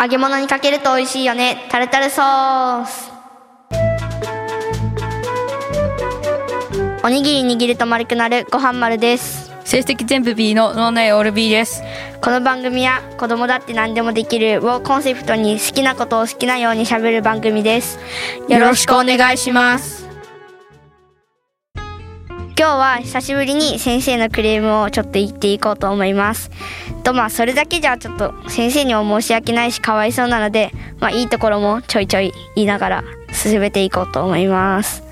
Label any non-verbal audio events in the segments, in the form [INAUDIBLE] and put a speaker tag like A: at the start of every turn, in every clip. A: 揚げ物にかけると美味しいよねタルタルソースおにぎり握ると丸くなるご飯丸です
B: 成績全部 B の脳内オール B です
A: この番組は子供だって何でもできるをコンセプトに好きなことを好きなようにしゃべる番組ですよろしくお願いします今日は久しぶりに先生のクレームをちょっと言っていこうと思いますとまあそれだけじゃちょっと先生には申し訳ないしかわいそうなのでまあいいところもちょいちょい言いながら進めていこうと思います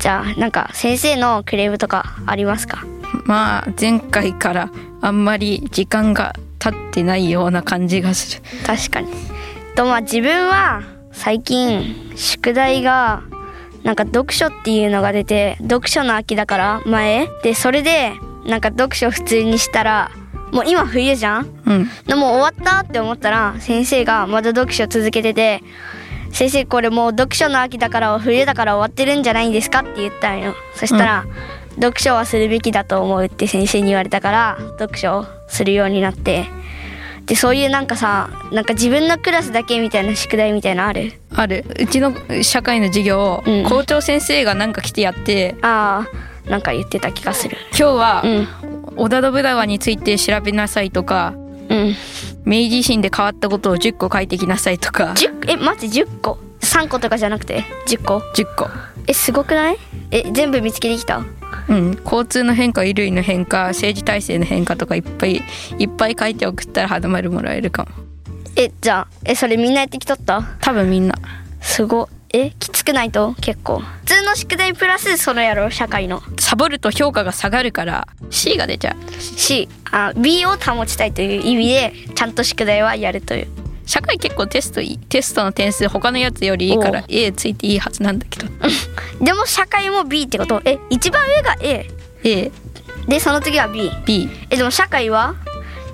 A: じゃあなんか先生のクレームとかありますか
B: まあ前回からあんまり時間が経ってないような感じがする
A: 確かにとまあ自分は最近宿題がなんか読書っていうのが出て読書の秋だから前でそれでなんか読書普通にしたらもう今冬じゃん
B: うん
A: でもう終わったって思ったら先生がまだ読書続けてて「先生これもう読書の秋だから冬だから終わってるんじゃないんですか?」って言ったんよそしたら、読書はするべきだと思う」って先生に言われたから読書をするようになってでそういうなんかさなんか自分のクラスだけみたいな宿題みたいなのある
B: あるうちの社会の授業を
A: うん
B: 校長先生がなんか来てやって
A: あーなんか言ってた気がする
B: 今日は
A: うん
B: 織田信長について調べなさいとか
A: うん
B: 明治維新で変わったことを10個書いてきなさいとか
A: 10え待って10個3個とかじゃなくて10個
B: 10個
A: えすごくないえ全部見つけてきた
B: うん、交通の変化衣類の変化政治体制の変化とかいっぱいいっぱい書いて送ったら花丸もらえるかも
A: えじゃあえそれみんなやってきとった
B: 多分みんな
A: すごえきつくないと結構普通の宿題プラスそのやろ社会の
B: サボると評価が下がるから C が出ちゃう
A: C あ B を保ちたいという意味でちゃんと宿題はやるという
B: 社会結構テストいいテストの点数他のやつよりいいか
A: お
B: ら A ついていいはずなんだけど
A: でも社会も B ってことえ一番上が A
B: AB
A: でその次は B えでも社会は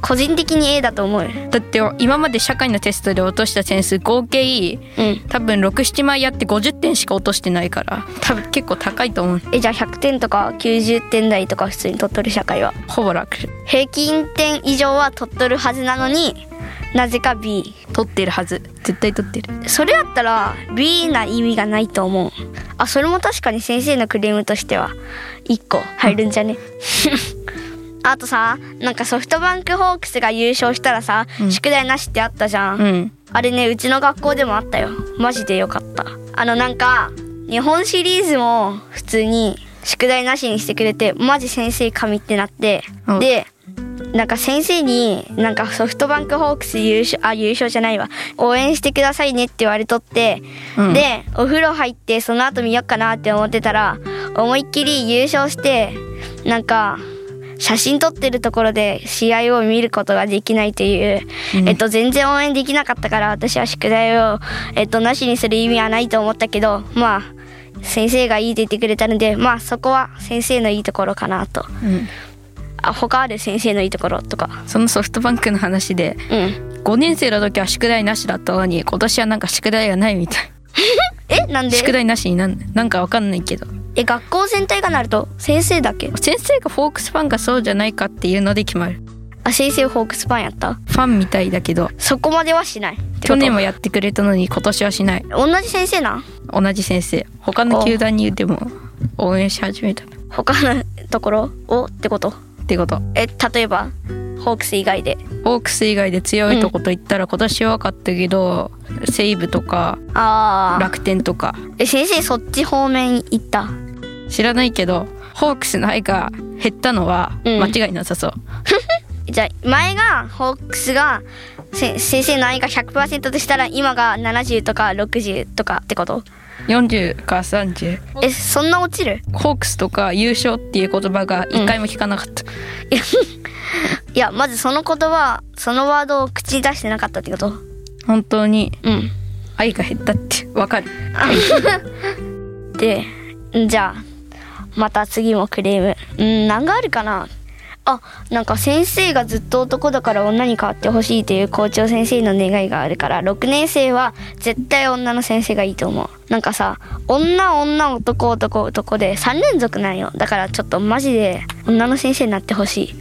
A: 個人的に A だと思う
B: だって今まで社会のテストで落とした点数合計
A: うん
B: 多分67枚やって50点しか落としてないから多分結構高いと思う
A: えじゃあ100点とか90点台とか普通に取っとる社会は
B: ほぼ楽
A: 平均点以上は取っとるはずなのになぜか B
B: 取ってるはず絶対取ってる
A: それやったら B な意味がないと思うあそれも確かに先生のクレームとしては1個入るんじゃね [LAUGHS] あとさなんかソフトバンクホークスが優勝したらさ、
B: うん
A: 宿題なしってあったじゃん、
B: うん
A: あれねうちの学校でもあったよマジでよかったあのなんか日本シリーズも普通に宿題なしにしてくれてマジ先生神ってなって、
B: うん
A: でなんか先生になんかソフトバンクホークス優勝あ優勝じゃないわ応援してくださいねって言われとって、
B: うん
A: でお風呂入ってその後見よっかなって思ってたら思いっきり優勝してなんか写真撮ってるところで試合を見ることができないという、
B: うん
A: えっと全然応援できなかったから私は宿題をえっとなしにする意味はないと思ったけどまあ先生がいいって言ってくれたのでまあそこは先生のいいところかなと
B: うん
A: あ他ある先生のいいところとか
B: そのソフトバンクの話で
A: うん
B: 5年生の時は宿題なしだったのに今年はなんか宿題がないみたい
A: えなん
B: 宿
A: で
B: 題なしになんなんかわかんないけど
A: え学校全体がなると先生だけ
B: 先生がフォークスファンかそうじゃないかっていうので決まる
A: あ先生ホークスパンやった
B: ファンみたいだけど
A: そこまではしないってこと
B: 去年もやってくれたのに今年はしない
A: 同じ先生なん
B: 同じ先生他の球団にでも応援し始めたっ
A: 他のところをってこと
B: てこと
A: え例えばホークス以外で
B: ホークス以外で強いとこと言ったら今年弱かったけど、西武とか
A: ああ
B: 楽天とか
A: え先生そっち方面行った
B: 知らないけどホークスの愛が減ったのは
A: うん
B: 間違いなさそう、
A: じゃあ前がホークスがせ先生の愛が100%としたら今が70とか60とかってこと
B: 40か30
A: えそんな落ちる
B: ホークスとか優勝っていう言葉が一回も聞かなかった、
A: いやまずその言葉そのワードを口に出してなかったってこと
B: 本当に
A: うん
B: 愛が減ったってわかる
A: でじゃあまた次もクレームうん何があるかなあなんか先生がずっと男だから女に変わってほしいという校長先生の願いがあるから6年生は絶対女の先生がいいと思うなんかさ女女男男男で3連続なんよだからちょっとマジで女の先生になってほしい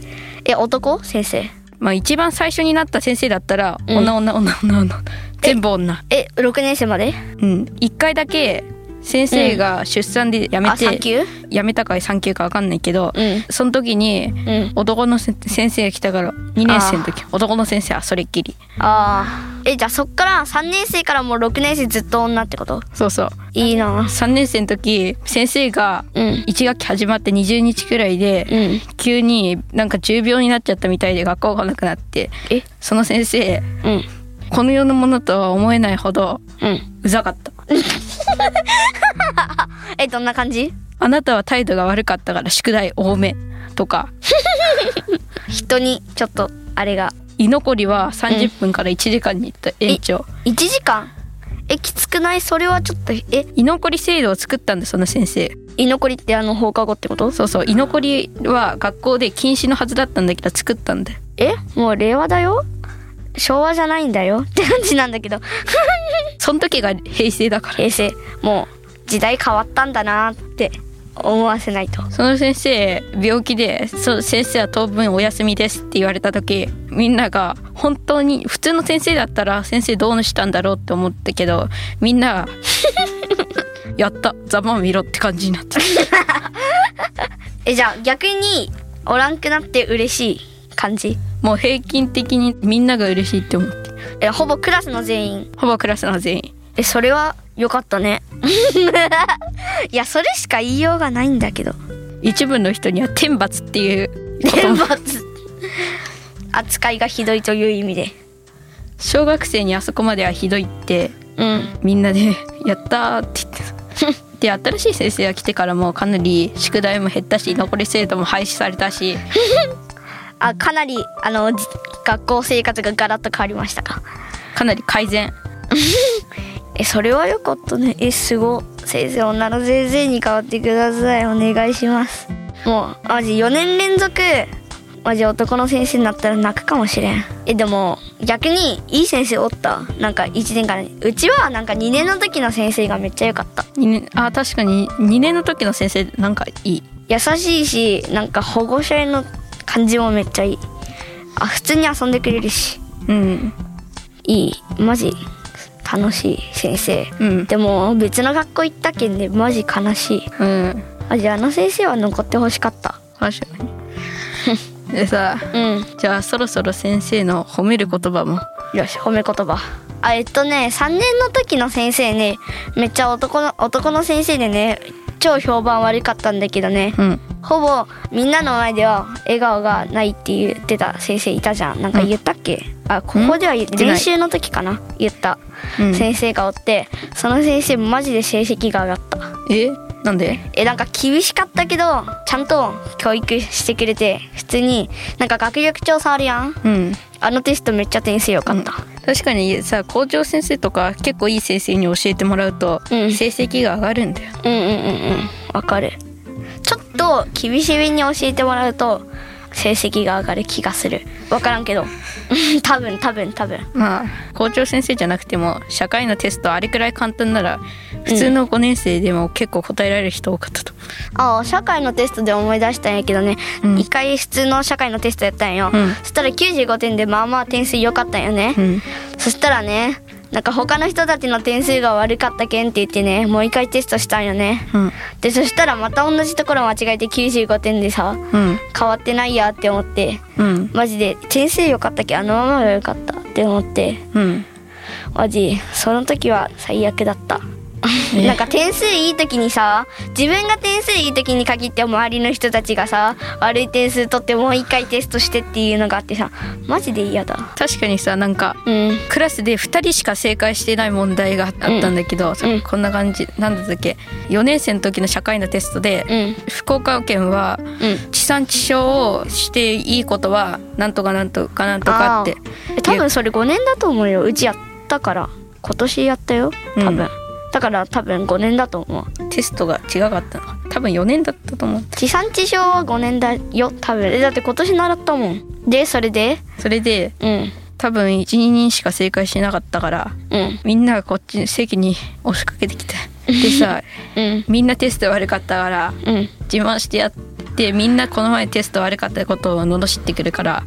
A: え男先生
B: まあ一番最初になった先生だったら、
A: うん
B: 女女女女女っ全部女
A: え6年生まで
B: うん一回だけ先生が出産で辞め
A: あ
B: て、
A: 3級
B: 辞めたか産休か分かんないけど、
A: うん
B: その時に
A: うん
B: 男のせ先生が来たから2年生の時男の先生はそれっきり
A: ああえじゃあそっから3年生からもう6年生ずっと女ってこと
B: そうそう
A: いいな
B: 3年生の時先生が
A: うん
B: 1学期始まって20日くらいで、
A: うん
B: 急になんか重病になっちゃったみたいで学校が来なくなって
A: え
B: その先生
A: うん
B: この世のものとは思えないほど
A: うん
B: うざかった
A: えどんな感じ
B: あなたは態度が悪かったから宿題多めとか
A: 人にちょっとあれが
B: 居残りは30分から1時間に行った延長、
A: 1時間えきつくないそれはちょっとえ
B: 居残り制度を作ったんだその先生
A: 居残りってあの放課後ってこと
B: そうそう居残りは学校で禁止のはずだったんだけど作ったんだよ
A: えもう令和だよ昭和じゃないんだよって感じなんだ [LAUGHS] けど
B: その時が平成だから
A: 平成もう時代変わったんだなって思わせないと
B: その先生病気でそ先生は当分お休みですって言われた時みんなが本当に普通の先生だったら先生どうしたんだろうって思ったけどみんなやったざまあ見ろって感じになってた
A: えじゃあ逆におらんくなって嬉しい感じ
B: もう平均的にみんなが嬉しいって思って
A: えほぼクラスの全員
B: ほぼクラスの全員
A: えそれは良かったね [LAUGHS] いやそれしか言いようがないんだけど
B: 一部の人には天罰っていうこと
A: 天
B: も
A: 罰 [LAUGHS] 扱いがひどいという意味で
B: 小学生にあそこまではひどいって
A: うん
B: みんなで [LAUGHS] 「やった!」って言ってた [LAUGHS] で新しい先生が来てからもかなり宿題も減ったし残り制度も廃止されたし
A: あかなりあのじ学校生活がガラッと変わりましたか
B: かなり改善
A: えそれは良かったねえすご先生女の先生に変わってくださいお願いしますもうマジ4年連続マジ男の先生になったら泣くかもしれんえでも逆にいい先生おったなんか1年からうちはなんか2年の時の先生がめっちゃ良かった
B: 二年あ確かに2年の時の先生なんかいい
A: 優しいしなんか保護者への感じもめっちゃいいあ普通に遊んでくれるし
B: うん
A: いいマジ楽しい先生
B: うん
A: でも別の学校行ったけんでマジ悲しい
B: うん
A: あじゃああの先生は残ってほしかった
B: 確かに [LAUGHS] でさ
A: うん
B: じゃあそろそろ先生の褒める言葉も
A: よし褒め言葉あえっとね3年の時の先生ねめっちゃ男の男の先生でね超評判悪かったんだけどね
B: うん
A: ほぼみんなの前では笑顔がないって言ってた先生いたじゃんなんか言ったっけ、あここでは言っ
B: 言ってない
A: 練習の時かな言った、
B: うん
A: 先生がおってその先生マジで成績が上がった
B: えなんで
A: えなんか厳しかったけどちゃんと教育してくれて普通になんか学力調査あるやん
B: うん
A: あのテストめっちゃ点数良かった、
B: 確かにさ校長先生とか結構いい先生に教えてもらうと
A: うん
B: 成績が上がるんだよ、
A: うん、うんうんうんわかるちょっと厳しめに教えてもらうと成績が上がる気がするわからんけど [LAUGHS] うん多分多分多分
B: まあ校長先生じゃなくても社会のテストあれくらい簡単なら普通の5年生でも結構答えられる人多かったと思
A: ああ社会のテストで思い出したんやけどね一、
B: うん
A: 回普通の社会のテストやったんよ、
B: うん
A: そしたら95点でまあまあ点数良かったんよね、
B: う、うん、
A: そしたらねなんか他の人たちの点数が悪かったけんって言ってねもう一回テストしたんよね
B: うん
A: でそしたらまた同じところ間違えて95点でさ
B: うん
A: 変わってないやって思って
B: うん
A: マジで点数良かったけんあのままが良かったって思って
B: うん
A: マジその時は最悪だった
B: え
A: なんか点数いい時にさ自分が点数いい時に限って周りの人たちがさ悪い点数取ってもう一回テストしてっていうのがあってさマジで嫌だ
B: 確かにさなんか
A: うん
B: クラスで2人しか正解してない問題があったんだけど、そ
A: うん
B: こんな感じなんだっけ4年生の時の社会のテストで、
A: うん
B: 福岡県は
A: うん
B: 地産地消をしていいことはなんとかなんとかなんとかって
A: あーえ多分それ5年だと思うようちやったから今年やったよ多分、
B: うん
A: だから多分5年だと思う
B: テストが違かったの多分4年だったと思う
A: 地産地消は5年だよ多分えだって今年習ったもんでそれで
B: それで
A: うん
B: 多分12人しか正解してなかったから
A: うん
B: みんながこっちに席に押しかけてきてでさ
A: [LAUGHS] うん
B: みんなテスト悪かったから
A: うん
B: 自慢してやでみんなこの前テスト悪かったことを罵ってくるから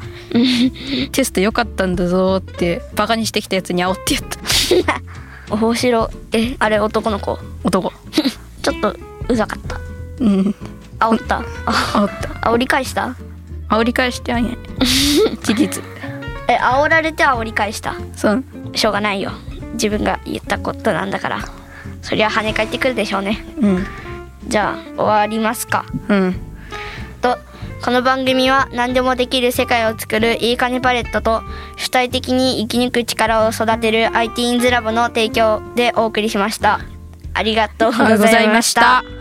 B: テスト良かったんだぞってバカにしてきたやつに煽ってやった
A: 面白いえあれ男の子
B: 男
A: ちょっとうざかっ
B: うん
A: た煽ったあ
B: 煽った
A: 煽り返した
B: 煽り返してはいない事
A: [LAUGHS]
B: 実
A: え煽られて煽り返した
B: そう
A: しょうがないよ自分が言ったことなんだからそりゃ跳ね返ってくるでしょうね
B: うん
A: じゃあ終わりますか
B: うん
A: とこの番組は何でもできる世界を作るいいかねパレットと主体的に生き抜く力を育てる IT インズラボの提供でお送りしましたありがとうございました
B: ありがとうございました